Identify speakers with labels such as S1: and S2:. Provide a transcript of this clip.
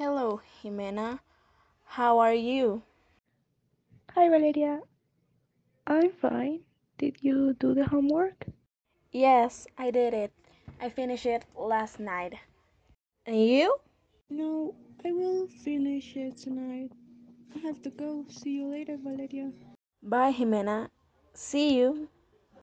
S1: Hello, Jimena. How are you?
S2: Hi Valeria, I'm fine. Did you do the homework?
S1: Yes, I did it. I finished it last night. And you?
S2: No, I will finish it tonight. I have to go. See you later, Valeria.
S1: Bye, Jimena. See you.